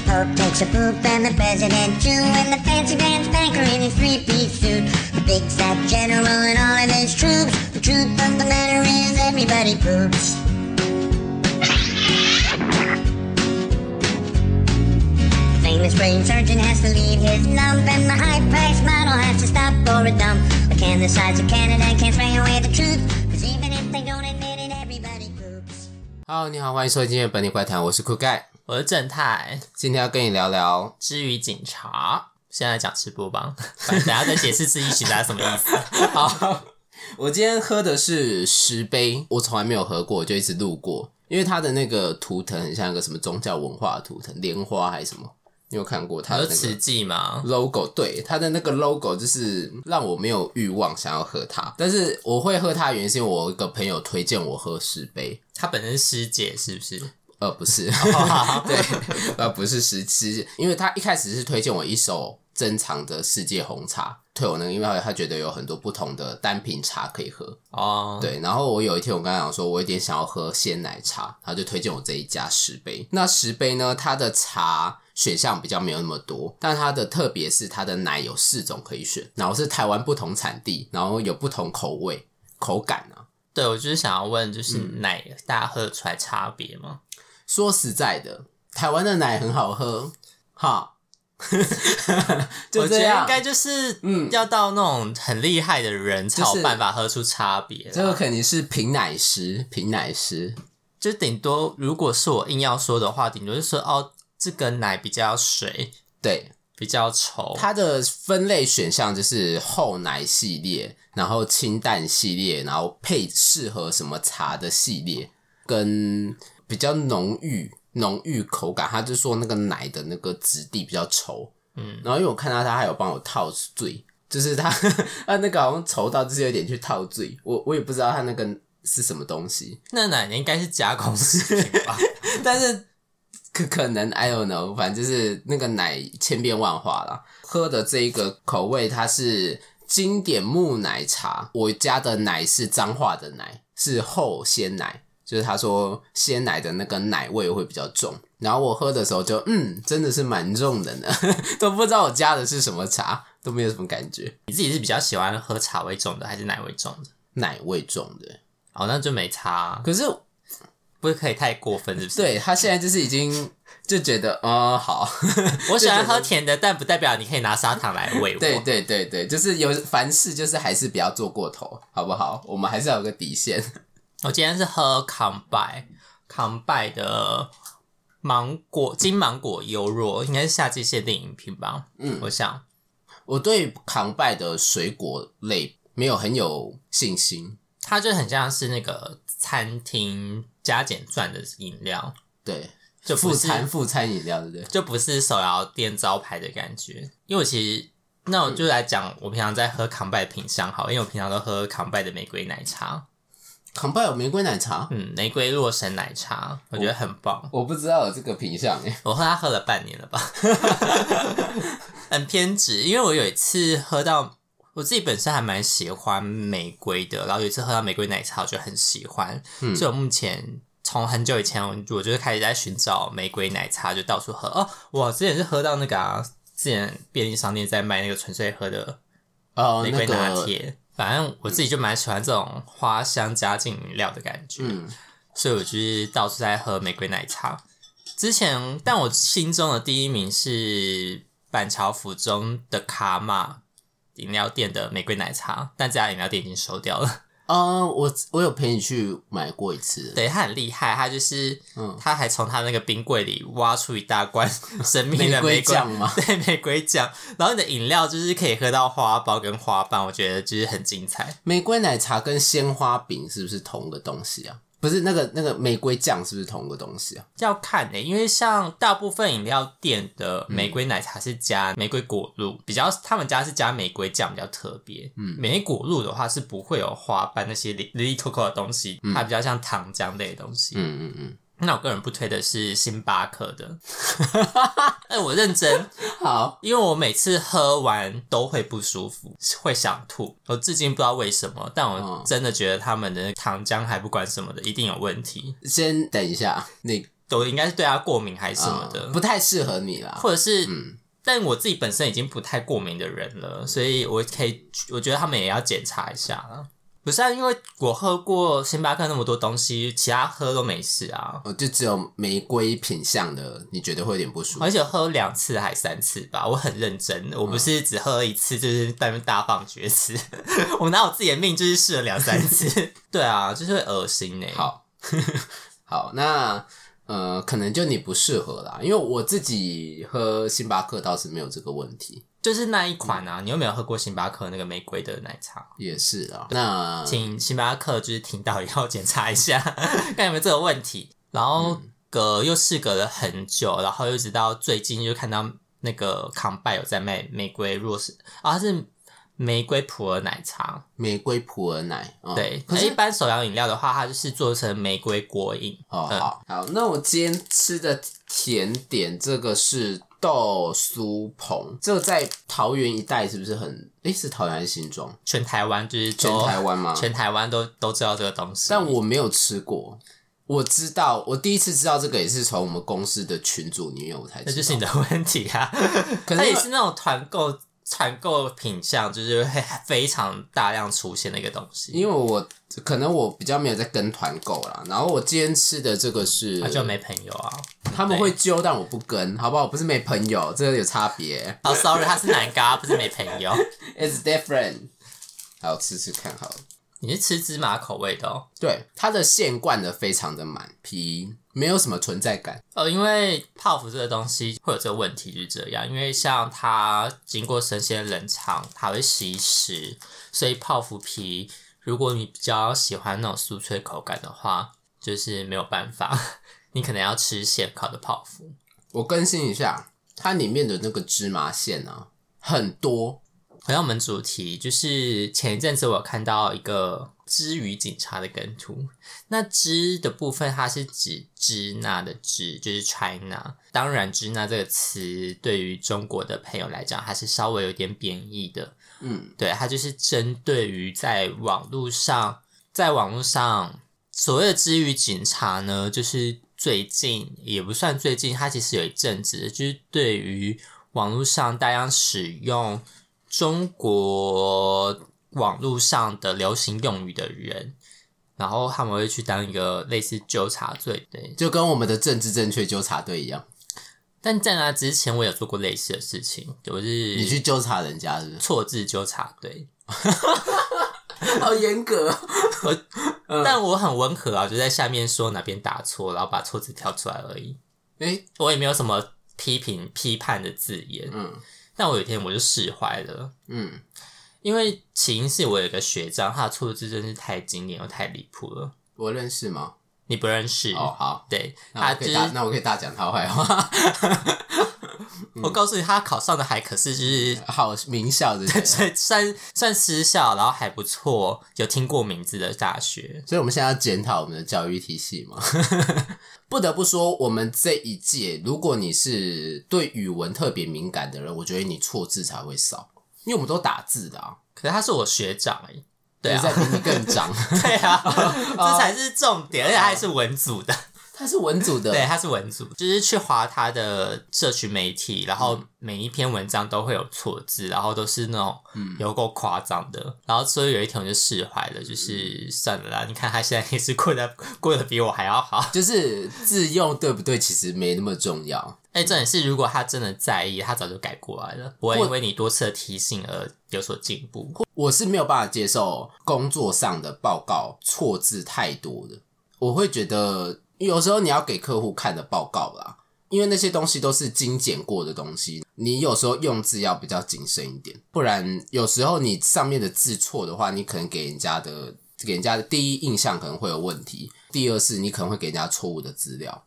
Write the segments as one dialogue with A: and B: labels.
A: coat, takes a poop, and the president too, and the fancy pants banker in his three-piece suit, the big fat general and all of his troops. The truth of the matter is everybody poops. The famous brain surgeon has to leave his lump, and the high-priced model has to stop for a dump. But can the size of Canada can't spray away the truth? 'Cause even if they don't admit it, everybody poops.
B: Hello，你好，欢迎收听今天的本地怪谈，我是酷盖。
C: 我是正太，
B: 今天要跟你聊聊，
C: 至于警察，现在讲吃 播吧，反正等下再解释吃一警察什么意思。
B: 好，我今天喝的是石杯，我从来没有喝过，我就一直路过，因为它的那个图腾很像一个什么宗教文化的图腾，莲花还是什么，你有看过它
C: 还
B: 的
C: 有
B: 那
C: 慈
B: 个？
C: 济嘛，
B: logo 对它的那个 logo 就是让我没有欲望想要喝它，但是我会喝它的原因是因为我有一个朋友推荐我喝石杯，
C: 她本身是师姐是不是？
B: 呃，不是，
C: 哦 好
B: 对，呃，不是十七，因为他一开始是推荐我一手珍藏的世界红茶，推我那个，因为他觉得有很多不同的单品茶可以喝。
C: 哦，，
B: 对，然后我有一天我跟他讲说，我有点想要喝鲜奶茶，他就推荐我这一家十杯。那十杯呢，它的茶选项比较没有那么多，但它的特别是它的奶有四种可以选，然后是台湾不同产地，然后有不同口味、口感啊。
C: 对我就是想要问，就是
B: 嗯
C: 奶、大家喝得出来差别吗？
B: 说实在的，台湾的奶很好喝，哈， 就这
C: 我觉得
B: 样
C: 应。该就是
B: 嗯
C: 嗯，要到那种很厉害的人才
B: 就是
C: 有办法喝出差别啦。
B: 这个肯定是平奶师，平奶师，
C: 就顶多，如果是我硬要说的话，顶多就说哦，这个奶比较水，
B: 对，
C: 比较稠。
B: 它的分类选项就是厚奶系列，然后清淡系列，然后配适合什么茶的系列，跟比较浓郁浓郁口感，他就说那个奶的那个质地比较稠，
C: 嗯，
B: 然后因为我看到他还有帮我套醉，就是他 他那个好像稠到就是有点去套醉，我我也不知道他那个是什么东西，
C: 那奶应该是加工食品吧？
B: 但是可 可能 I don't know，反正就是那个奶千变万化啦。喝的这一个口味，它是经典木奶茶。我家的奶是彰化的奶，是厚鲜奶，就是他说鲜奶的那个奶味会比较重。然后我喝的时候就嗯，真的是蛮重的呢， 都不知道我加的是什么茶，都没有什么感觉，
C: 你自己是比较喜欢喝茶为重的，还是奶为重的？
B: 奶味重的。
C: 哦，那就没差啊、
B: 可是
C: 不可以太过分，是不是？，
B: 对他现在就是已经就觉得哦好，
C: 我喜欢喝甜的，但不代表你可以拿砂糖来喂我。
B: 对对对对，就是有凡事就是还是不要做过头，好不好？我们还是要有个底线。
C: 我今天是喝康拜康拜的芒果金芒果优若，应该是夏季限定饮品吧？嗯，我想
B: 我对康拜的水果类没有很有信心，
C: 它就很像是那个餐厅加减赚的饮料，
B: 对，
C: 就不
B: 副
C: 是
B: 餐副餐饮料，对不对？
C: 就不是手摇店招牌的感觉。因为我其实，那我就来讲，我平常在喝康拜的品相好，因为我平常都喝康拜的玫瑰奶茶，
B: 康拜有玫瑰奶茶，
C: 嗯，玫瑰洛神奶茶，我觉得很棒。
B: 我不知道有这个品相欸诶。
C: 我喝它喝了半年了吧， 很偏执。因为我有一次喝到，我自己本身还蛮喜欢玫瑰的，然后有一次喝到玫瑰奶茶，我觉得很喜欢，所以我目前。从很久以前，我我就开始在寻找玫瑰奶茶，就到处喝。哦，我之前是喝到那个啊，之前便利商店在卖那个纯粹喝的
B: 哦，
C: 玫
B: 那
C: 瑰拿
B: 个，
C: 铁。反正我自己就蛮喜欢这种花香加进饮料的感觉。
B: 嗯，
C: 所以我就是到处在喝玫瑰奶茶。之前，但我心中的第一名是板桥府中的卡玛饮料店的玫瑰奶茶，但这家饮料店已经收掉了。
B: 哦，我我有陪你去买过一次，，
C: 对，它很厉害，它就是，
B: 嗯
C: 它还从它那个冰柜里挖出一大罐 神秘
B: 玫
C: 的
B: 瑰
C: 瑰
B: 酱吗
C: 对，玫瑰酱。然后你的饮料就是可以喝到花苞跟花瓣，我觉得就是很精彩。
B: 玫瑰奶茶跟鲜花饼是不是同个东西啊？不是那个那个玫瑰酱是不是同个东西啊？
C: 要看的、因为像大部分饮料店的玫瑰奶茶是
B: 嗯
C: 加玫瑰果露，比较他们家是加玫瑰酱比较特别。嗯，玫瑰果露的话是不会有花瓣那些里里里扣扣的东西，它比较像糖浆类的东西。
B: 嗯嗯嗯，
C: 那我个人不推的是星巴克的， 哎、我认真，
B: 好，
C: 因为我每次喝完都会不舒服，会想吐，我至今不知道为什么，但我
B: 嗯
C: 真的觉得他们的糖浆还不管什么的，一定有问题。
B: 先等一下，你
C: 我应该是对它过敏还是什么的，
B: 嗯不太适合你啦。
C: 或者是，但我自己本身已经不太过敏的人了，所以我可以，我觉得他们也要检查一下啦。不是啊，因为我喝过星巴克那么多东西，其他喝都没事啊，
B: 哦，就只有玫瑰品相的，你觉得会有点不舒服
C: 而且喝两次还三次吧，我很认真，我不是只喝一次就是在那边大放厥词， 我拿我自己的命就是试了两三次， 对啊，就是会恶心欸呢、
B: 好， 好，那呃，可能就你不适合啦，因为我自己喝星巴克倒是没有这个问题，
C: 就是那一款啊，你有没有喝过星巴克那个玫瑰的奶茶？
B: 也是啊。那
C: 请星巴克就是听到以后检查一下， 看有没有这个问题。然后隔又事隔了很久，然后又直到最近就看到那个康拜有在卖玫瑰若是啊它是玫瑰普洱奶茶，
B: 玫瑰普洱奶，嗯、
C: 对。哎
B: 可
C: 可
B: 是
C: 一般手摇饮料的话，它就是做成玫瑰果饮。
B: 哦，
C: 嗯
B: 好好，那我今天吃的甜点，这个是豆酥棚，这个在桃园一带是不是很？诶、是桃园还是新庄？
C: 全台湾就是
B: 全
C: 都
B: 台湾吗？
C: 全台湾都都知道这个东西。
B: 但我没有吃过。我知道，我第一次知道这个也是从我们公司的群组里面我才知道。
C: 那就是你的问题啊。
B: 可是
C: 它也
B: 因为
C: 是那种团购团购品相，就是会非常大量出现的一个东西。
B: 因为我可能我比较没有在跟团购啦，然后我今天吃的这个是，
C: 他就没朋友啊。
B: 他们会揪，但我不跟，好不好？我不是没朋友，这个有差别
C: 哦、s o r r y 他是南咖，不是没朋友。
B: ，it's different。好，吃吃看好了。
C: 你是吃芝麻口味的哦，
B: 对，它的馅灌的非常的满皮，没有什么存在感。
C: 哦，因为泡芙这个东西会有这个问题就是这样，因为像它经过生鲜冷藏，它会吸湿，所以泡芙皮如果你比较喜欢那种酥脆口感的话，就是没有办法， 你可能要吃现烤的泡芙。
B: 我更新一下，它里面的那个芝麻馅啊，很多，
C: 回到我们主题，就是前一阵子我有看到一个之于警察的梗图。那之的部分，它是指支那的支，就是 China。当然，支那这个词对于中国的朋友来讲，它是稍微有点贬义的。
B: 嗯，
C: 对，它就是针对于在网络上，在网络上所谓的之于警察呢，就是最近也不算最近，它其实有一阵子，就是对于网络上大量使用中国网络上的流行用语的人，然后他们会去当一个类似纠察队。对，
B: 就跟我们的政治正确纠察队一样，
C: 但在那之前，我有做过类似的事情，我
B: 你
C: 是
B: 去纠察人家是不是？
C: 错字纠察队，
B: 好严格， 嗯
C: 但我很温和啊，就在下面说哪边打错，然后把错字挑出来而已。
B: 哎、
C: 我也没有什么批评、批判的字眼。
B: 嗯
C: 但我有一天我就释怀了。
B: 嗯，
C: 因为起因是我有一个学长，他的错字真是太经典又太离谱了，
B: 我认识吗？
C: 你不认识
B: 哦，好，
C: 对，
B: 那
C: 他
B: 我
C: 就
B: 可以
C: 是
B: 大，那我可以大讲他坏 话，嗯
C: 我告诉你，他考上的还可是就是
B: 好名校 的，所
C: 算算算私校，然后还不错，有听过名字的大学。
B: 以我们现在要检讨我们的教育体系嘛。 不得不说，我们这一届，如果你是对语文特别敏感的人，我觉得你错字才会少，因为我们都打字的啊，
C: 可是他是我学长哎、对
B: 就
C: 啊
B: 是，在哦比你更长。
C: 对啊， 这才是重点，而且他还是文组的，
B: 他是文组的，
C: 对，他是文组，就是去划他的社群媒体，然后每一篇文章都会有错字，然后都是那种
B: 嗯
C: 有够夸张的，然后所以有一天我就释怀了，
B: 嗯
C: 就是算了啦，你看他现在也是过得 过得比我还要好，
B: 就是字用对不对，其实没那么重要。
C: 哎、重点是，如果他真的在意，他早就改过来了，不会
B: 或
C: 因为你多次的提醒而有所进步。
B: 我是没有办法接受工作上的报告错字太多的，我会觉得有时候你要给客户看的报告啦，因为那些东西都是精简过的东西，你有时候用字要比较谨慎一点，不然有时候你上面的字错的话，你可能给人家的给人家的第一印象可能会有问题，第二是你可能会给人家错误的资料。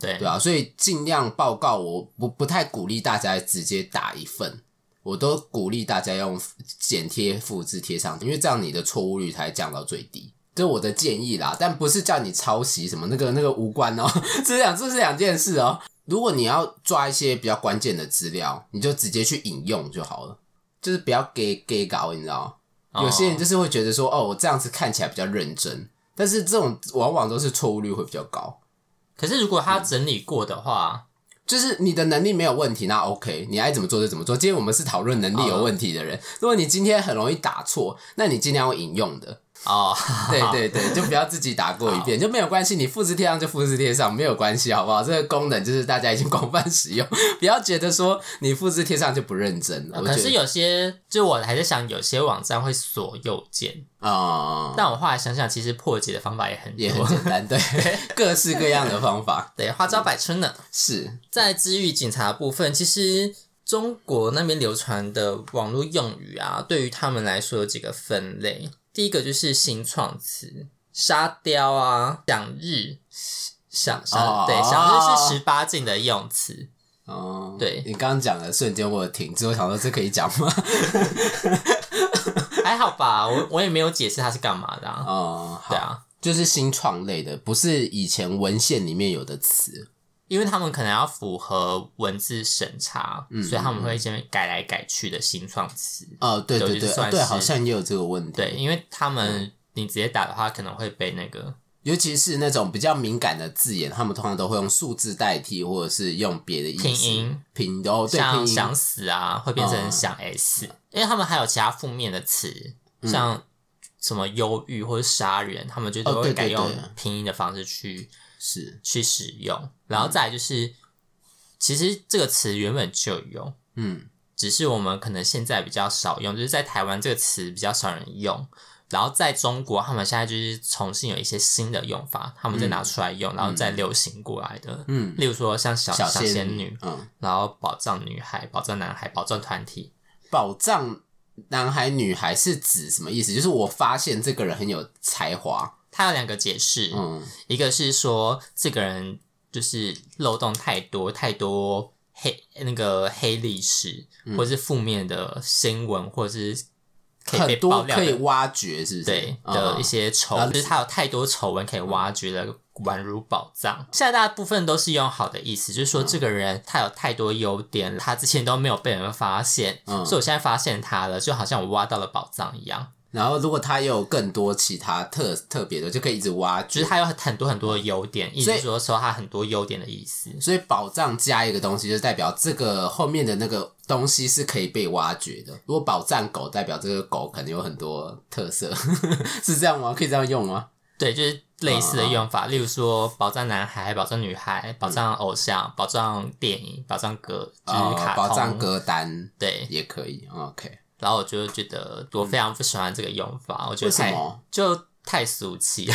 C: 对，
B: 对啊，所以尽量报告，我不不太鼓励大家直接打一份，我都鼓励大家用剪贴、复制贴上，因为这样你的错误率才会降到最低。这是我的建议啦，但不是叫你抄袭什么，那个那个无关哦， 这是两这是两件事哦。如果你要抓一些比较关键的资料，你就直接去引用就好了，就是不要给给搞，你知道吗？
C: 哦
B: 有些人就是会觉得说，哦，我这样子看起来比较认真，但是这种往往都是错误率会比较高。
C: 可是如果它整理过的话，
B: 就是你的能力没有问题，那 OK，你爱怎么做就怎么做。今天我们是讨论能力有问题的
C: 啊
B: 人，如果你今天很容易打错，那你尽量用引用的。
C: 哦，
B: 对对对，就不要自己打过一 遍，就没有关系，你复制贴上就复制贴上，没有关系，好不好？这个功能就是大家已经广泛使用， 不要觉得说你复制贴上就不认真了。我
C: 啊可
B: 觉
C: 是
B: 得
C: 有些，就我还是想，有些网站会锁右键，
B: 啊、
C: 但我后来想想，其实破解的方法也很
B: 也很
C: 多。
B: 简单， 对，各式各样的方法
C: 对，花招百出呢。
B: 是
C: 在治愈警察的部分，其实中国那边流传的网络用语啊，对于他们来说有几个分类。第一个就是新创词，沙雕啊，响日，响响、
B: 哦
C: 对，响日是十八禁的用词。
B: 哦。
C: 对
B: 你刚刚讲的瞬间，我有停滞，我想说这可以讲吗？
C: 还好吧，我我也没有解释它是干嘛的、啊。
B: 哦，好
C: 对啊，
B: 就是新创类的，不是以前文献里面有的词。
C: 因为他们可能要符合文字审查，
B: 嗯
C: 所以他们会先改来改去的新创词。
B: 哦，对对对，
C: 就是算
B: 哦对，
C: 是
B: 好像也有这个问题。
C: 对，，因为他
B: 嗯
C: 们你直接打的话，可能会被那个
B: 尤其是那种比较敏感的字眼，他们通常都会用数字代替，或者是用别的意思
C: 拼音
B: 拼哦，对，
C: 像
B: 拼音
C: 想死啊，会变成
B: 嗯嗯
C: 想 S，、因为他们还有其他负面的词，像什么忧郁或者杀人，他们就
B: 哦对
C: 都会改
B: 对
C: 用
B: 对
C: 拼音的方式去、
B: 是
C: 去使用。然后再来就是，其实这个词原本就有，
B: 嗯
C: 只是我们可能现在比较少用，就是在台湾这个词比较少人用。然后在中国，他们现在就是重新有一些新的用法，他们再拿出来用，然后再流行过来的。
B: 嗯
C: 例如说像小
B: 小
C: 小
B: 仙
C: 仙女，
B: 嗯，
C: 然后保障女孩、保障男孩、保障团体，
B: 宝藏男孩女孩是指什么意思？就是我发现这个人很有才华，
C: 它有两个解释，
B: 嗯
C: 一个是说这个人就是漏洞太多，太多黑那个黑历史，
B: 嗯
C: 或是负面的新闻，或者是可以被
B: 很
C: 爆
B: 多
C: 料
B: 可以
C: 的。
B: 挖掘，是不是？
C: 对
B: 嗯
C: 的一些丑，
B: 然后
C: 就是它有太多丑闻可以挖掘了，
B: 嗯
C: 宛如宝藏。现在大部分都是用好的意思，就是说这个人他有太多优点，他之前都没有被人发现，
B: 嗯
C: 所以我现在发现他了，就好像我挖到了宝藏一样。
B: 然后如果他也有更多其他特特别的，就可以一直挖
C: 就
B: 掘
C: 是。它有很多很多的优点，意
B: 所
C: 思
B: 以
C: 说说它很多优点的意思。
B: 所以宝藏加一个东西，就代表这个后面的那个东西是可以被挖掘的。如果宝藏狗，代表这个狗可能有很多特色， 是这样吗？可以这样用吗？
C: 对，就是类
B: 嗯
C: 似的用法，例如说保障男孩、保障女孩、保障偶像、保障电影、保障歌，哦就是
B: 呃
C: 卡通。
B: 宝藏歌单
C: 对，
B: 也可以。OK，
C: 然后我就觉得我非常不喜欢这个用法，我觉
B: 为
C: 得
B: 什
C: 太
B: 么？
C: 就太俗气。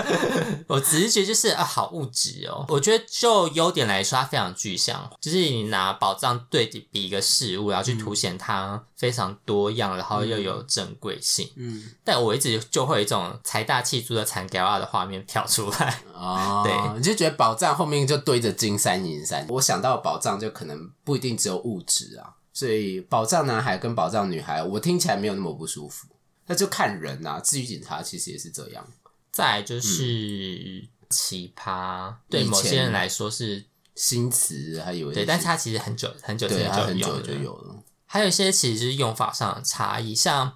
C: 我只是觉得就是啊，好物质哦。我觉得就优点来说，它非常具象，就是你拿宝藏对比一个事物，然后去
B: 嗯
C: 凸显它非常多样，然后又有珍贵性。
B: 嗯，
C: 但我一直就会有一种财大气粗的残给啊的画面跳出来。
B: 哦，
C: 对，
B: 你就觉得宝藏后面就堆着金山银山。我想到宝藏就可能不一定只有物质啊，所以宝藏男孩跟宝藏女孩，我听起来没有那么不舒服。那就看人啊，至于警察其实也是这样。
C: 再来就是
B: 嗯
C: 奇葩，对
B: 以前
C: 某些人来说是
B: 新词还以为
C: 对，但是它其实很久很久之
B: 对
C: 前
B: 它很
C: 有
B: 久
C: 了
B: 就有了，
C: 还有一些其实是用法上的差异，像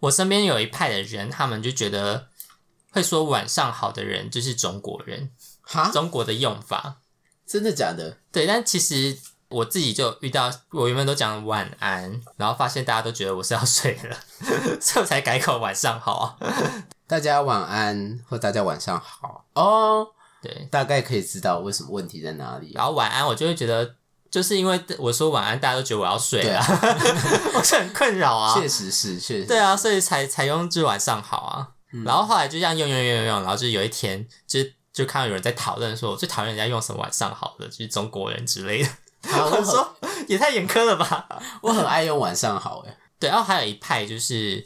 C: 我身边有一派的人，他们就觉得会说晚上好的人就是中国人，
B: 哈，
C: 中国的用法。
B: 真的假的？
C: 对，但其实我自己就遇到，我原本都讲晚安，然后发现大家都觉得我是要睡了， 所以我才改口晚上好啊。
B: 大家晚安或大家晚上好哦，
C: 对，
B: 大概可以知道为什么问题在哪里。啊
C: 然后晚安，我就会觉得。就是因为我说晚安，大家都觉得我要睡了，
B: 啊
C: 我是很困扰 啊。
B: 确实是，确实
C: 对啊，所以才才用就晚上好啊。
B: 嗯
C: 然后后来就这样用用用用用，然后就有一天就就看到有人在讨论说，我最讨厌人家用什么晚上好的，就是中国人之类的。
B: 好我
C: 我
B: 很
C: 说也太严苛了吧？
B: 我很爱用晚上好哎，
C: 对，然后还有一派就是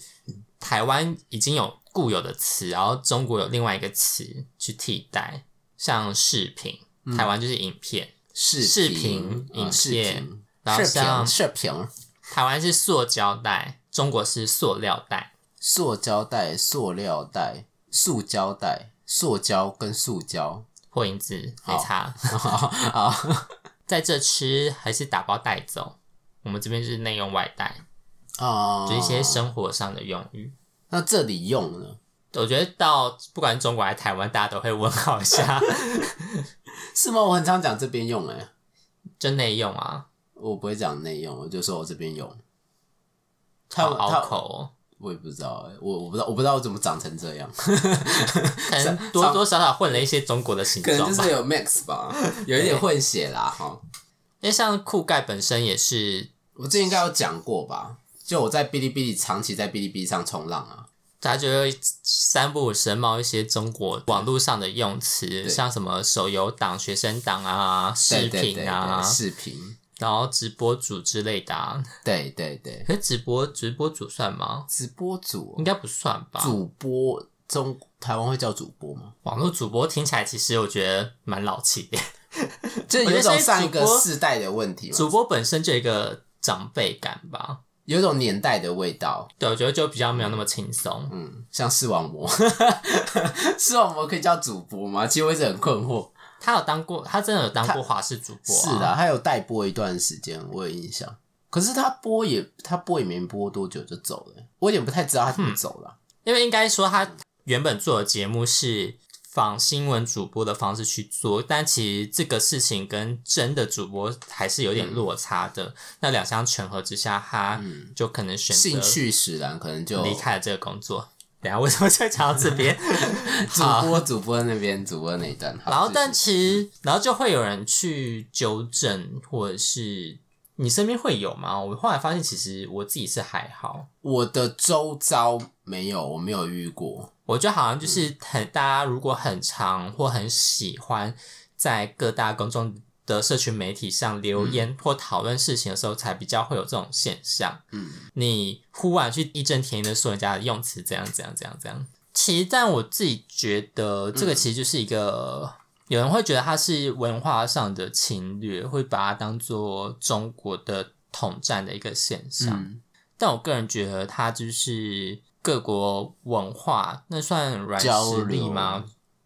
C: 台湾已经有固有的词，然后中国有另外一个词去替代，像视频，
B: 嗯
C: 台湾就是影片，
B: 视
C: 视
B: 频
C: 频、
B: 嗯
C: 影
B: 视
C: 片
B: 频、
C: 然后
B: 视频、
C: 像
B: 视频、
C: 台湾是塑胶袋，中国是塑料袋。
B: 塑胶袋、塑料袋、塑胶袋、塑胶跟塑胶。
C: 破音字没
B: 好
C: 差，
B: 好好
C: 在这吃还是打包带走？我们这边是内用外带，
B: 哦，
C: 就一些生活上的用语。
B: 那这里用呢？
C: 我觉得到不管中国还是台湾，大家都会问好 一下，
B: 是吗？我很常讲这边用哎、
C: 就内用啊，
B: 我不会讲内用，我就说我这边用。他
C: 好
B: 们
C: 拗
B: 他
C: 口哦。
B: 我也不知道哎、我我不知道我不知道我怎么长成这样，
C: 可能多多少少混了一些中国的 形
B: 可能就
C: 状吧
B: 是。有 mix 吧， 有一点混血啦哈。
C: 因为像酷盖本身也是，
B: 我之前应该有讲过吧，就我在哔哩哔哩长期在哔哩哔哩上冲浪啊，
C: 它就会三不五时冒一些中国网络上的用词，像什么手游党、学生党啊、视
B: 对对对
C: 频
B: 对
C: 啊，
B: 视频，
C: 然后直播主之类的、啊。
B: 对对对，
C: 可是直播直播主算吗？
B: 直播主哦
C: 应该不算吧。
B: 主播中台湾会叫主播吗？
C: 网络主播听起来其实我觉得蛮老 气的，
B: 就是有一
C: 我觉
B: 种
C: 得现在
B: 上一个
C: 主播
B: 世代的问题嘛，
C: 主播本身就有一个长辈感吧。
B: 有一种年代的味道，
C: 对，我觉得就比较没有那么轻松。
B: 嗯，像视网膜， 视网膜可以叫主播吗？其实我一直很困惑。
C: 他有当过，他真的有当过华视主播、啊，
B: 是的，，他有代播一段时间，我有印象。可是他播也他播也没播多久就走了，我有点不太知道他怎么走了。
C: 因为应该说他原本做的节目是仿新闻主播的方式去做，但其实这个事情跟真的主播还是有点
B: 嗯
C: 落差的。那两相权衡之下，他就可能选
B: 兴
C: 择
B: 趣使然，可能就
C: 离开了这个工作。等一下为什么就讲到这边？
B: 主播啊主播那边主播那一段。好
C: 然后，
B: 继续
C: 但其实，然后就会有人去纠正，或者是你身边会有吗？我后来发现，其实我自己是还好，
B: 我的周遭没有，我没有遇过。
C: 我觉得好像就是很，大家如果很常或很喜欢在各大公众的社群媒体上留言或讨论事情的时候，才比较会有这种现象。
B: 嗯，
C: 你忽然去义正填膺的说人家的用词怎样怎样怎样怎样。其实，但我自己觉得这个其实就是一个，有人会觉得它是文化上的侵略，会把它当做中国的统战的一个现象。
B: 嗯，
C: 但我个人觉得它就是各国文化，那算软
B: 交
C: 实力
B: 流嗯
C: 吗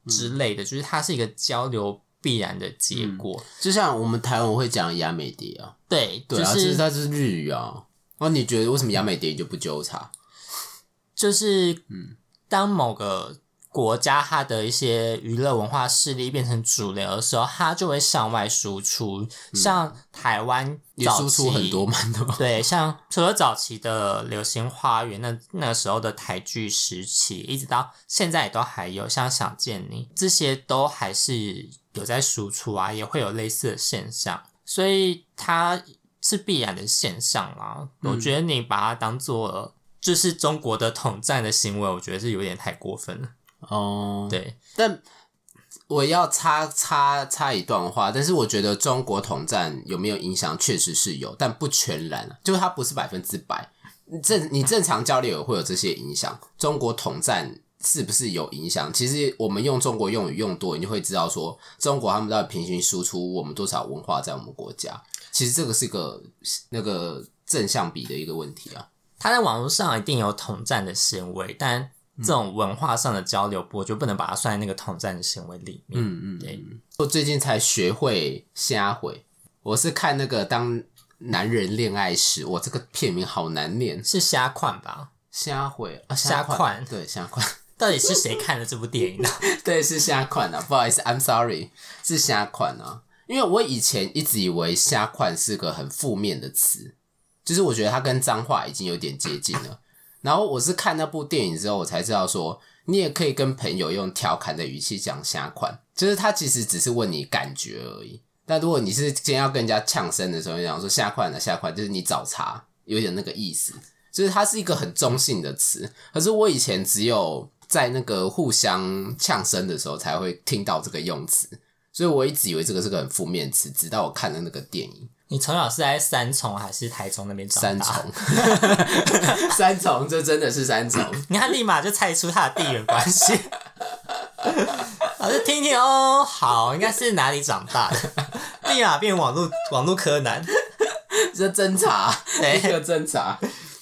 C: 之类的，就是它是一个交流必然的结
B: 嗯
C: 果。
B: 就像我们台湾会讲雅美蝶啊，
C: 对，
B: 对啊，
C: 就
B: 就是
C: 是
B: 它是日语啊。那你觉得为什么雅美蝶你就不纠察？
C: 就是，
B: 嗯
C: 当某个国家它的一些娱乐文化势力变成主流的时候，它就会向外输出。像台湾
B: 嗯也
C: 早
B: 输出
C: 期
B: 很多蛮多。
C: 对，像除了早期的流星花园，那那时候的台剧时期，一直到现在也都还有，像《想见你》这些都还是有在输出啊，也会有类似的现象，所以它是必然的现象啦。我觉得你把它当做就是中国的统战的行为，我觉得是有点太过分了。
B: 哦，
C: 对，
B: 但我要插插插一段话，但是我觉得中国统战有没有影响，确实是有，但不全然、啊，就是它不是百分之百。正你正常交流也会有这些影响，中国统战是不是有影响？其实我们用中国用语用多，你就会知道说中国他们到底平均输出我们多少文化在我们国家。其实这个是个那个正向比的一个问题啊。
C: 他在网络上一定有统战的行为，但这种文化上的交流，我就不能把它算在那个统战的行为里面。
B: 嗯嗯，
C: 对。
B: 我最近才学会瞎回，我是看那个《当男人恋爱时》，我这个片名好难念，
C: 是瞎款吧？
B: 瞎回啊，
C: 瞎
B: 款
C: 款
B: 对，瞎款，
C: 到底是谁看了这部电影呢？
B: 对，是瞎款啊，不好意思，I'm sorry，是瞎款啊，因为我以前一直以为瞎款是个很负面的词，就是我觉得它跟脏话已经有点接近了。然后我是看那部电影之后，我才知道说，你也可以跟朋友用调侃的语气讲瞎款，就是他其实只是问你感觉而已。但如果你是今天要跟人家呛声的时候，你讲说瞎款啊了，瞎款，就是你找茬，有点那个意思。就是它是一个很中性的词，可是我以前只有在那个互相呛声的时候才会听到这个用词，所以我一直以为这个是个很负面词，直到我看了那个电影。
C: 你从小是在三重还是台中那边长
B: 三
C: 大？
B: 重， 三重，这真的是三重。
C: 你看立马就猜出他的地缘关系。 老师听一听哦，好，应该是哪里长大的？ 立马变网络网络柯南。
B: 这侦查，
C: 对
B: 一个侦查。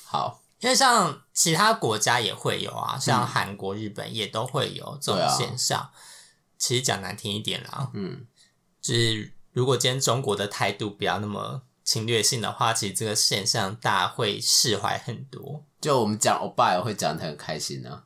B: 好，
C: 因为像其他国家也会有啊，像韩国、日本也都会有这
B: 对
C: 种
B: 啊
C: 现象。其实讲难听一点啦，
B: 嗯，
C: 就是如果今天中国的态度不要那么侵略性的话，其实这个现象大家会释怀很多。
B: 就我们讲欧巴也会讲的很开心啊。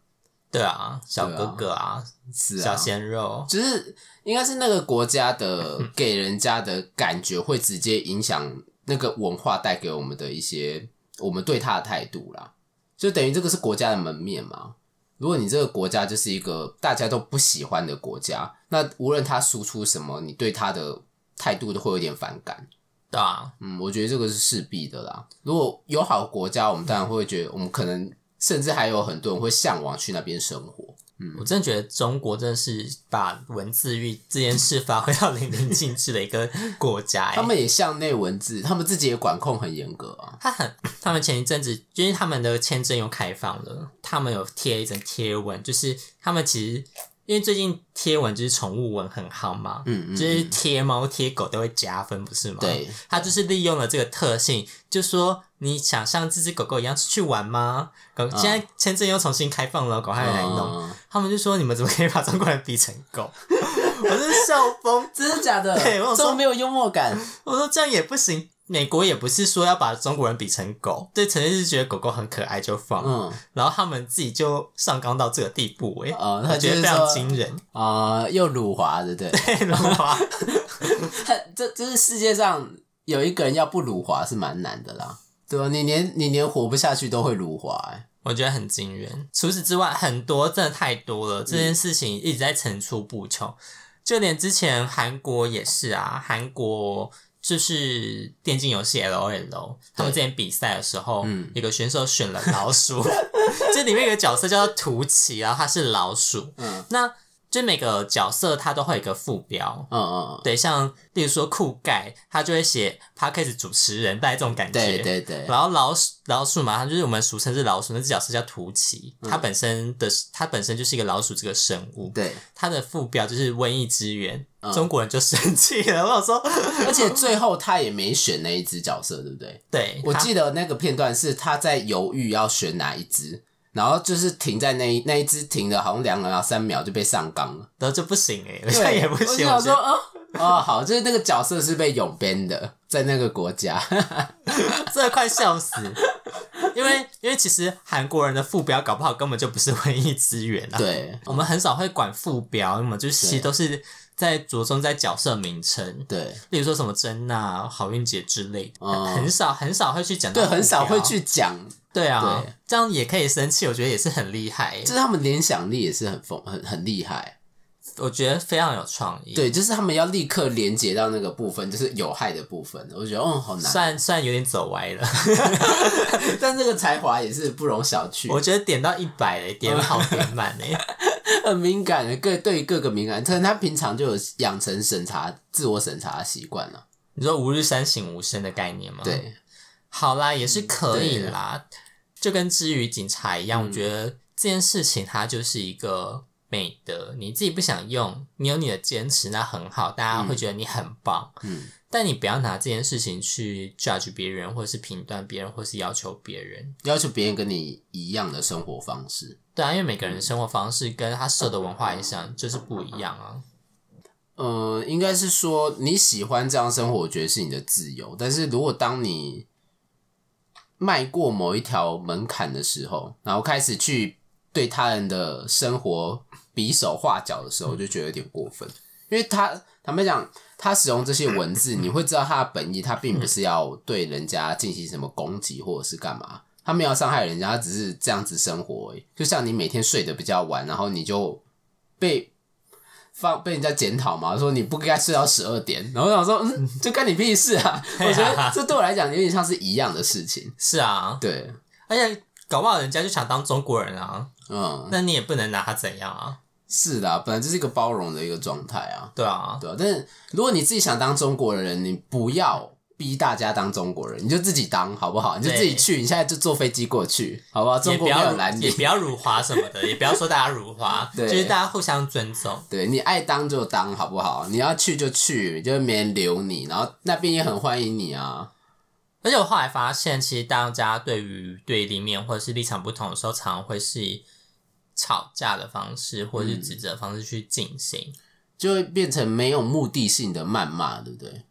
C: 对啊，小哥哥啊，
B: 是啊，
C: 小鲜肉，
B: 就是应该是那个国家的给人家的感觉会直接影响那个文化带给我们的一些我们对他的态度啦，就等于这个是国家的门面嘛。如果你这个国家就是一个大家都不喜欢的国家，那无论他输出什么，你对他的态度都会有点反感。
C: 对啊，
B: 嗯，我觉得这个是势必的啦。如果友好国家，我们当然会觉得，我们可能甚至还有很多人会向往去那边生活。
C: 我真的觉得中国真的是把文字狱这件事发挥到淋漓尽致的一个国家、欸。
B: 他们也向内文字，他们自己也管控很严格啊。
C: 他很，他们前一阵子因为他们的签证又开放了，他们有贴一整贴文，就是他们其实因为最近贴文就是宠物文很好嘛，
B: 嗯嗯
C: 就是贴猫贴狗都会加分，不是吗？
B: 对，
C: 他就是利用了这个特性，就说你想像这只狗狗一样出去玩吗？狗现在签证又重新开放了，狗还来弄，
B: 嗯
C: 他们就说你们怎么可以把中国人比成狗？ 我真是笑疯，
B: 真的 假的？
C: 对我有
B: 这么
C: 说
B: 没有幽默感。
C: 我说这样也不行。美国也不是说要把中国人比成狗，对，曾经是觉得狗狗很可爱就放，
B: 嗯
C: 然后他们自己就上纲到这个地步、欸，
B: 哦那
C: 我觉
B: 就是
C: 得非常
B: 说
C: 惊人。
B: 啊、又辱华，对不 对？
C: 对，然后啊
B: 他这这是世界上有一个人要不辱华是蛮难的啦。对吧？你连你连活不下去都会辱华、欸，
C: 我觉得很惊人。除此之外，很多真的太多了，这件事情一直在层出不穷。就连之前韩国也是啊，韩国就是电竞游戏 L O L，他们之前比赛的时候，
B: 嗯
C: 有个选手选了 老鼠，这里面有个角色叫做图奇，然后他是老鼠。
B: 嗯
C: 那就每个角色它都会有一个副标，
B: 嗯嗯，嗯
C: 对，像例如说酷盖，他就会写 podcast 主持人，大概这种感觉。
B: 对对对，
C: 然后老鼠老鼠嘛，它就是我们俗称是老鼠，那只角色叫图奇，它本身的它本身就是一个老鼠这个生物，
B: 嗯对，
C: 它的副标就是瘟疫之源，
B: 嗯
C: 中国人就生气了。我想说，
B: 而且最后他也没选那一只角色，对不 对？
C: 对，
B: 我
C: 它
B: 记得那个片段是他在犹豫要选哪一只，然后就是停在那一那一只停了好像两秒三秒就被上纲了，
C: 然后就不行哎、 欸，像也不
B: 我
C: 行。
B: 想
C: 我
B: 说，
C: 说，
B: 啊哦，好，就是那个角色是被永编的， 在那个国 家，
C: 真的快笑死，因为因为其实韩国人的副标搞不好根本就不是瘟疫之源啊，
B: 对
C: 我们很少会管副标，那么就是其实
B: 对
C: 都是在着重在角色名称。
B: 对
C: 例如说什么珍娜、好运姐之类的，
B: 哦
C: 很少很少会去讲到
B: 对，
C: 目标
B: 很少会去讲，
C: 对啊
B: 对
C: 这样也可以生气，我觉得也是很厉害，
B: 就是他们联想力也是很丰很很厉害，
C: 我觉得非常有创意。，
B: 对，就是他们要立刻连接到那个部分，就是有害的部分，我觉得哦好难，
C: 算算有点走歪了，
B: 但这个才华也是不容小觑，
C: 我觉得点到一百嘞，点好点满嘞，
B: 很敏感的，各对各个敏感，可能他平常就有养成审查、自我审查的习惯了。
C: 你说吾日三省吾身的概念吗？，
B: 对，嗯
C: 好啦，也是可以
B: 对嗯
C: 啦，就跟至于警察一样，我觉得这件事情它就是一个美德，你自己不想用，你有你的坚持，那很好，大家会觉得你很棒，
B: 嗯，
C: 但你不要拿这件事情去 judge 别人，或是评断别人，或是要求别人。
B: 要求别人跟你一样的生活方式。
C: 对啊，因为每个人的生活方式跟他受的文化影响就是不一样啊。
B: 呃，应该是说你喜欢这样生活，我觉得是你的自由。但是如果当你迈过某一条门槛的时候，然后开始去对他人的生活比手画脚的时候，我就觉得有点过分。因为他坦白讲，他使用这些文字，你会知道他的本意，他并不是要对人家进行什么攻击或者是干嘛，他没有要伤害人家，他只是这样子生活而已。就像你每天睡得比较晚，然后你就被放被人家检讨嘛，说你不该睡到十二点，然后我想说，嗯，就干你屁事啊！我觉得这对我来讲有点像是一样的事情。
C: 是啊，
B: 对，
C: 而且搞不好人家就想当中国人啊，
B: 嗯，
C: 那你也不能拿他怎样啊。
B: 是的，本来就是一个包容的一个状态啊，
C: 对啊，
B: 对啊。但是如果你自己想当中国人，你不要逼大家当中国人，你就自己当好不好？你就自己去，你现在就坐飞机过去，好不好？中
C: 也
B: 国
C: 不
B: 没
C: 要
B: 有
C: 辱
B: 拦
C: 也
B: 你
C: 不，要辱华什么的，也不要说大家辱华，就
B: 对
C: 是大家互相尊重。
B: 对你爱当就当，好不好？你要去就去，就是没人留你，然后那边也很欢迎你啊。
C: 而且我后来发现，其实大家对于对立面或者是立场不同的时候，常常会是以吵架的方式或者是
B: 嗯
C: 指责的方式去进行。
B: 就会变成没有目的性的谩骂，对不对？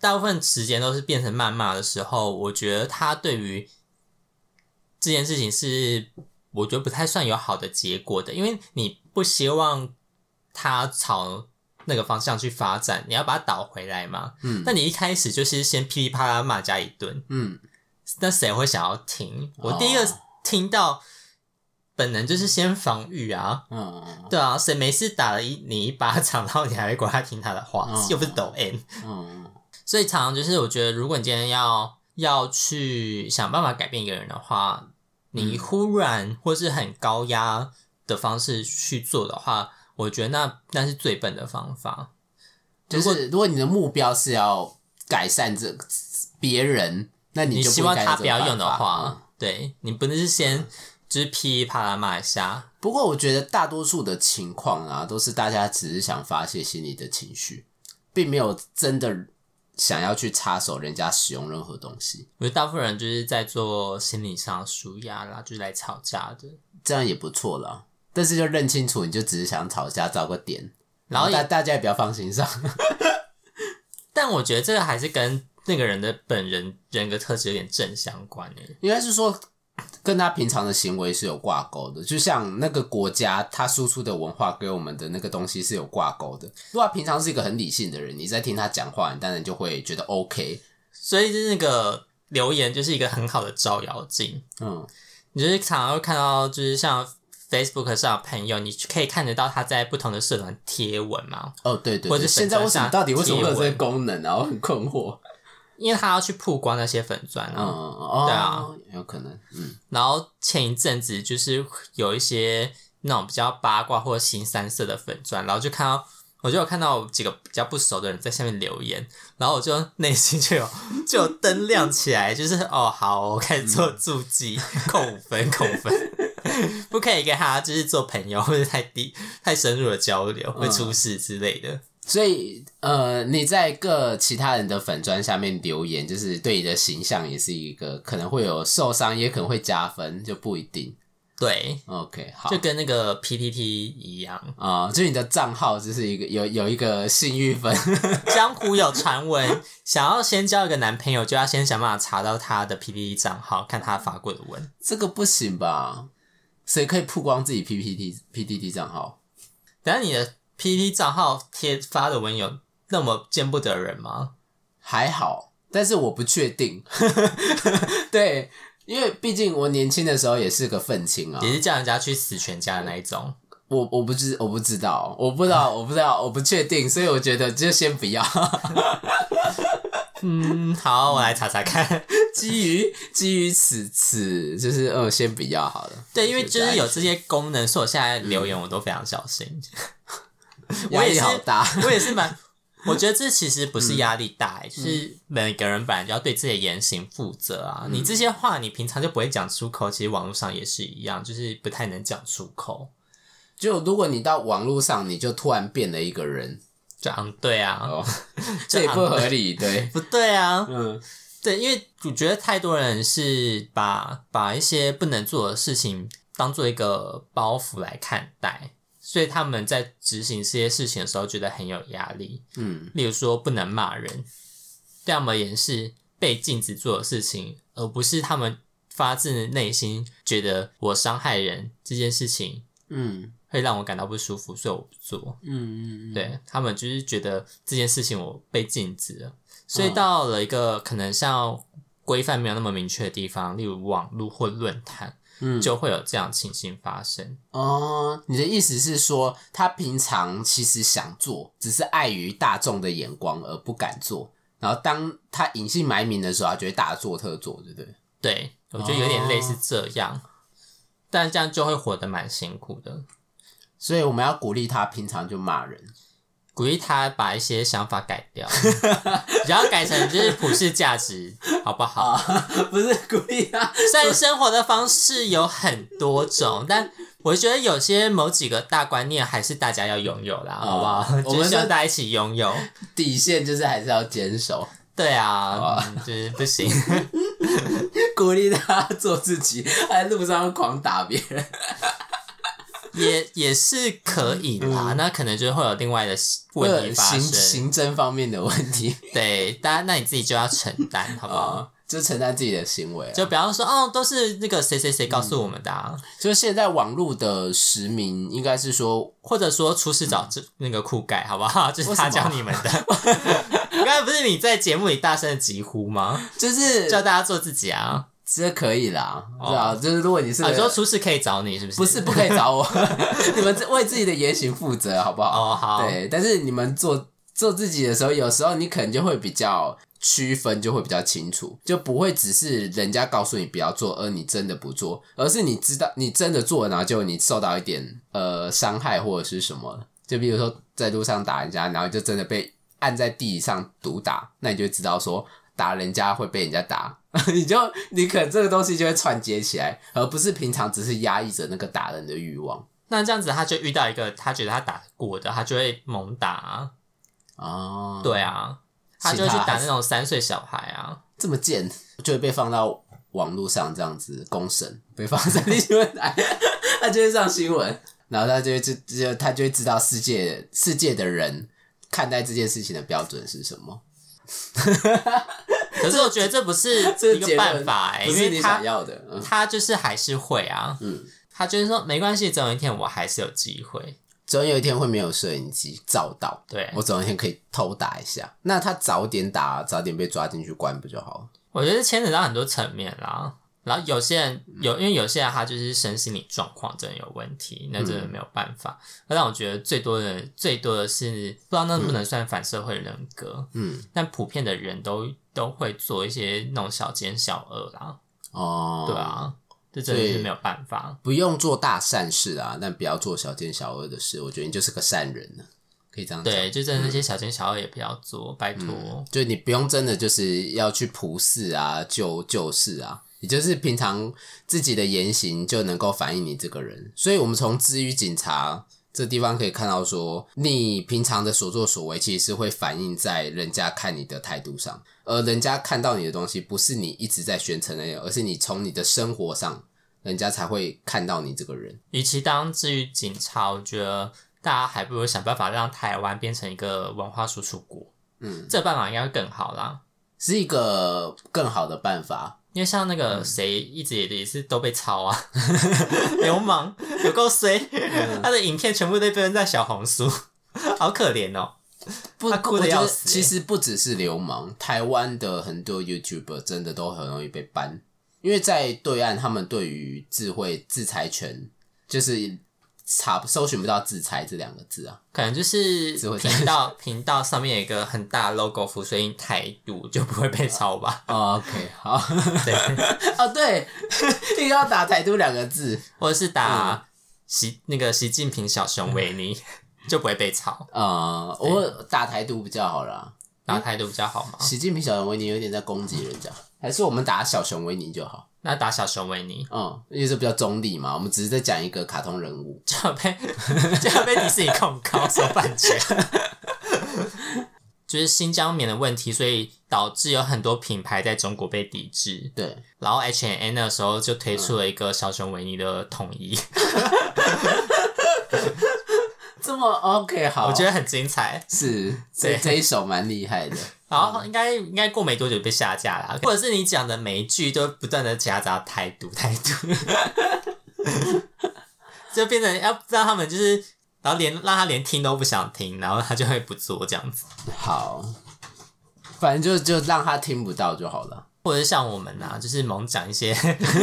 C: 大部分时间都是变成谩骂的时候，我觉得他对于这件事情是我觉得不太算有好的结果的，因为你不希望它朝那个方向去发展，你要把它倒回来嘛。
B: 嗯
C: 那你一开始就是先噼里啪啦骂家一顿，
B: 嗯，
C: 那谁会想要听？我
B: 哦
C: 第一个听到，本能就是先防御啊。
B: 嗯
C: 对啊，谁没事打了一你一巴掌，然后你还会管他听他的话，
B: 嗯
C: 又不是抖 M。
B: 嗯
C: 所以常常就是，我觉得如果你今天要要去想办法改变一个人的话，
B: 嗯
C: 你忽然或是很高压的方式去做的话，我觉得那那是最笨的方法。
B: 就是如果你的目标是要改善这别人，那
C: 你
B: 就
C: 希
B: 应
C: 望
B: 该
C: 他
B: 这
C: 不
B: 个
C: 要用
B: 办
C: 的
B: 法
C: 话
B: 嗯，
C: 对你不能是先就是噼里啪啦骂一下，
B: 不过我觉得大多数的情况啊，都是大家只是想发泄心里的情绪，并没有真的想要去插手人家使用任何东西，
C: 我觉得大部分人就是在做心理上的舒压啦，就是来吵架的。
B: 这样也不错啦。但是就认清楚，你就只是想吵架找个点，
C: 然
B: 然
C: 后
B: 后
C: 也
B: 大大家也不要放心上。
C: 但我觉得这个还是跟那个人的本人人格特质有点正相关欸诶、
B: 应该是说跟他平常的行为是有挂钩的，就像那个国家他输出的文化给我们的那个东西是有挂钩的。如果他平常是一个很理性的人，你在听他讲话，你当然就会觉得 OK。
C: 所以就是那个留言就是一个很好的照妖镜。
B: 嗯
C: 你就是常常会看到，就是像 Facebook 上的朋友，你可以看得到他在不同的社团贴文嘛，
B: 哦，对对
C: 或者
B: 对，
C: 是
B: 现在为什么
C: 粉砖上
B: 到底为什么会有这个
C: 贴文
B: 功能啊？我很困惑。
C: 因为他要去曝光那些粉砖
B: 嗯，
C: 啊。
B: 哦，
C: 对啊，
B: 有可能，嗯
C: 然后前一阵子就是有一些那种比较八卦或者新三色的粉砖，然后就看到。我就有看到几个比较不熟的人在下面留言， 然后我就内心就有 就有灯亮起来，就是 哦好，我开始做注记， 扣五分，扣五分， 不可以跟他就是做朋友或者太低 太深入的交流，会出事之类的。
B: 所以呃，你在各其他人的粉砖下面留言，就是对你的形象也是一个可能会有受伤，也可能会加分，就不一定。
C: 对，
B: OK，好，
C: 就跟那个 PTT 一样，
B: 啊、就你的账号就是一个有有一个性欲分，
C: 江湖有传闻，想要先交一个男朋友，就要先想办法查到他的 PPT 账号，看他发过的文。
B: 这个不行吧？谁可以曝光自己 PPT PDD 账号？
C: 等下你的 PPT 账号贴发的文有那么见不得人吗？
B: 还好，但是我不确定。 对，因为毕竟我年轻的时候也是个愤青啊，
C: 也是叫人家去死全家的那一种。
B: 我我不知我不知道，我不知 道，我不知道，我不确定，所以我觉得就先不要。
C: 嗯，好，我来查查看。
B: 基于基于此此，就是嗯，先不要好了。
C: 对，因为就是有这
B: 些，
C: 些功能，所以我现在留言我都非常小心。
B: 压
C: 我也
B: 力
C: 是
B: 好大。
C: 我也是蛮，我觉得这其实不是压力大、欸，就是每个人本来就要对自己的言行负责啊。你这些话你平常就不会讲出口，其实网络上也是一样，就是不太能讲出口。
B: 就如果你到网络上，你就突然变了一个人，
C: 这样 对啊，
B: 哦，这也不合理，对，
C: 不对啊，
B: 嗯
C: 对，因为我觉得太多人是把把一些不能做的事情当做一个包袱来看待。所以他们在执行这些事情的时候，觉得很有压力。
B: 嗯，
C: 例如说不能骂人，对他们而言是被禁止做的事情，而不是他们发自内心觉得我伤害人这件事情
B: 嗯
C: 会让我感到不舒服，所以我不做。
B: 嗯嗯，
C: 对他们就是觉得这件事情我被禁止了，所
B: 嗯
C: 以到了一个可能像规范没有那么明确的地方，例如网络或论坛，
B: 嗯
C: 就会有这样的情形发生。
B: 哦，你的意思是说，他平常其实想做，只是碍于大众的眼光而不敢做，然后当他隐姓埋名的时候，他就会大做特做，对不对？
C: 对，我觉得有点类似
B: 哦
C: 这样，但这样就会活得蛮辛苦的。
B: 所以我们要鼓励他平常就骂人，
C: 鼓励他把一些想法改掉， 然后改成就是普世 价值，好不好？
B: 啊不是鼓励他，
C: 虽然生活的方式有很多种，但我觉得有些某几个大观念还是大家要拥有啦，好不好？
B: 啊我
C: 就
B: 们
C: 是希望
B: 是
C: 大家一起拥有。
B: 底线就是还是要坚守，
C: 对啊，嗯就是不行。
B: 鼓励他做自己，还在路上狂打别 人。
C: 也也是可以啦，那可能就会有另外的问题发
B: 嗯呃行
C: 生。
B: 行政方面的问题
C: 对，大家那你自己就要承担，好不好？
B: 啊、就承担自己的行为啊、
C: 就比方说哦，都是那个谁谁谁告诉我们的、啊，
B: 就现在网络的实名应该是说，
C: 或者说出事找这那个酷盖，好不好？ 就是
B: 嗯
C: 他
B: 为什么
C: 教你们的。刚才不是你在节目里大声的疾呼吗？
B: 就是
C: 叫大家做自己啊！
B: 这可以啦，对啊，就是如果你是
C: 啊，
B: 个
C: 你说出事可以找你是不是？
B: 不是不可以找 我，你们自为自己的言行负责，好不好？
C: 哦，好，
B: 对，但是你们做做自己的时候，有时候你可能就会比较区分，就会比较清楚，就不会只是人家告诉你不要做，而你真的不做，而是你知道你真的做了，然后就你受到一点呃伤害或者是什么，就比如说在路上打人家，然后就真的被按在地上毒打，那你就知道说打人家会被人家打。 你就你可能这个东西就会串接起来，而不是平常只是压抑着那个打人的欲望
C: 那这样子他就遇到一个他觉得他打得过的，他就会猛打、啊。
B: 哦。
C: 对啊，他
B: 其
C: 就会去
B: 他还
C: 打
B: 是
C: 那种三岁小孩啊。
B: 这么贱，就会被放到网络上这样子公审，被放上新闻台， 他就会上新闻，然后他就会知就他就会知道世界世界的人看待这件事情的标准是什么，
C: 可是我觉得这不是
B: 这
C: 一
B: 结
C: 个
B: 论
C: 办法、欸，
B: 不
C: 因
B: 是
C: 为
B: 你
C: 他
B: 想要的。嗯，
C: 他就是还是会啊，嗯，他就是说没关系，总有一天我还是有机会。
B: 总有一天会没有摄影机照到，
C: 对
B: 我总有一天可以偷打一下。那他早点打，早点被抓进去关不就好了？
C: 我觉得牵扯到很多层面啦。然后有些人有，因为有些人他就是身心理状况真的有问题，那真的没有办法。那让我觉得最多的最多的是，不知道那能不能算反社会人格，
B: 嗯，
C: 但普遍的人都都会做一些那种小奸小恶啦，
B: 哦，
C: 对，啊，这真的
B: 所以
C: 是没有办法。
B: 不用做大善事啊，但不要做小奸小恶的事。我觉得你就是个善人呢、啊可以这样讲。
C: 对，就真的那些小奸小恶也不要做，拜托。
B: 就你不用真的就是要去普世啊、救救世啊，你就是平常自己的言行就能够反映你这个人。所以，我们从治愈警察这地方可以看到说你平常的所作所为其实是会反映在人家看你的态度上，而人家看到你的东西不是你一直在宣称那样，而是你从你的生活上，人家才会看到你这个人。
C: 与其当治愈警察，我觉得大家还不如想办法让台湾变成一个文化输出国。
B: 嗯，
C: 这办法应该会更好啦。
B: 是一个更好的办法。
C: 因为像那个谁，一直也也是都被抄啊，流氓有够衰，他的影片全部都被扔在小红书，好可怜哦。
B: 不
C: 他哭得要
B: 我
C: 死欸
B: 觉得其实不只是流氓，台湾的很多 YouTuber 真的都很容易被搬，因为在对岸他们对于智慧制裁权就是查搜寻不到制裁这两个字啊。
C: 可能就是
B: 只会在？
C: 频道频道上面有一个很大的 logo 浮水印台独，就不会被抄吧
B: 哦 OK，好，
C: 对，
B: 哦对，一定要打台独两个字
C: 或者是打习那个习近平小熊维尼，就不会被抄。
B: 啊、呃我打台独比较好啦。
C: 然后台独比较好嘛？
B: 习近平小熊维尼有点在攻击人家，还是我们打小熊维尼就好。
C: 那打小熊维尼
B: 嗯，因为这比较中立嘛，我们只是在讲一个卡通人物。
C: 就要被就要被迪士尼控告说版权，就是新疆棉的问题，所以导致有很多品牌在中国被抵制。
B: 对，
C: 然后 H N 那时候就推出了一个小熊维尼的统一，
B: 这么 OK 嗯好，
C: 我觉得很精彩。
B: 是 这
C: 对
B: 这一首蛮厉害的，
C: 然后应该应该过没多久就被下架了，或者是你讲的每一句都不断的夹杂台独台独， 就变成要让他们就是，然后连让他连听都不想听，然后他就会不做这样子。
B: 好，反正就就让他听不到就好了。
C: 或者像我们
B: 嗯
C: 啊，就是猛讲一些，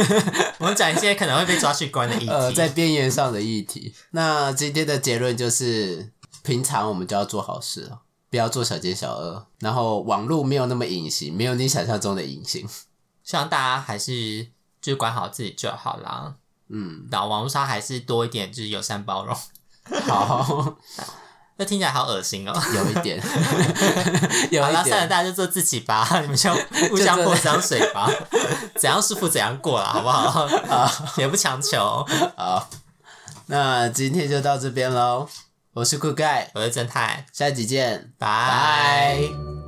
C: 猛讲一些可能会被抓去关的议题。
B: 呃，在边缘上的议题，那今天的结论就是，平常我们就要做好事了，不要做小奸小恶，然后网络没有那么隐形，没有你想象中的隐形。
C: 希望大家还是就是管好自己就好啦。
B: 嗯，
C: 然后网络上还是多一点就是友善包容。
B: 好，
C: 那听起来好 恶心哦、
B: 有一 点，有
C: 好
B: 一
C: 啦，算了，
B: 点，
C: 大家就做自己吧， 你们就 互相泼脏水吧， 怎样舒服怎样过啦，好不好？ 呃也不强求。
B: 好，那今天就到这边喽。我是酷盖，
C: 我是侦探，
B: 下集见，
C: 拜。
B: 拜。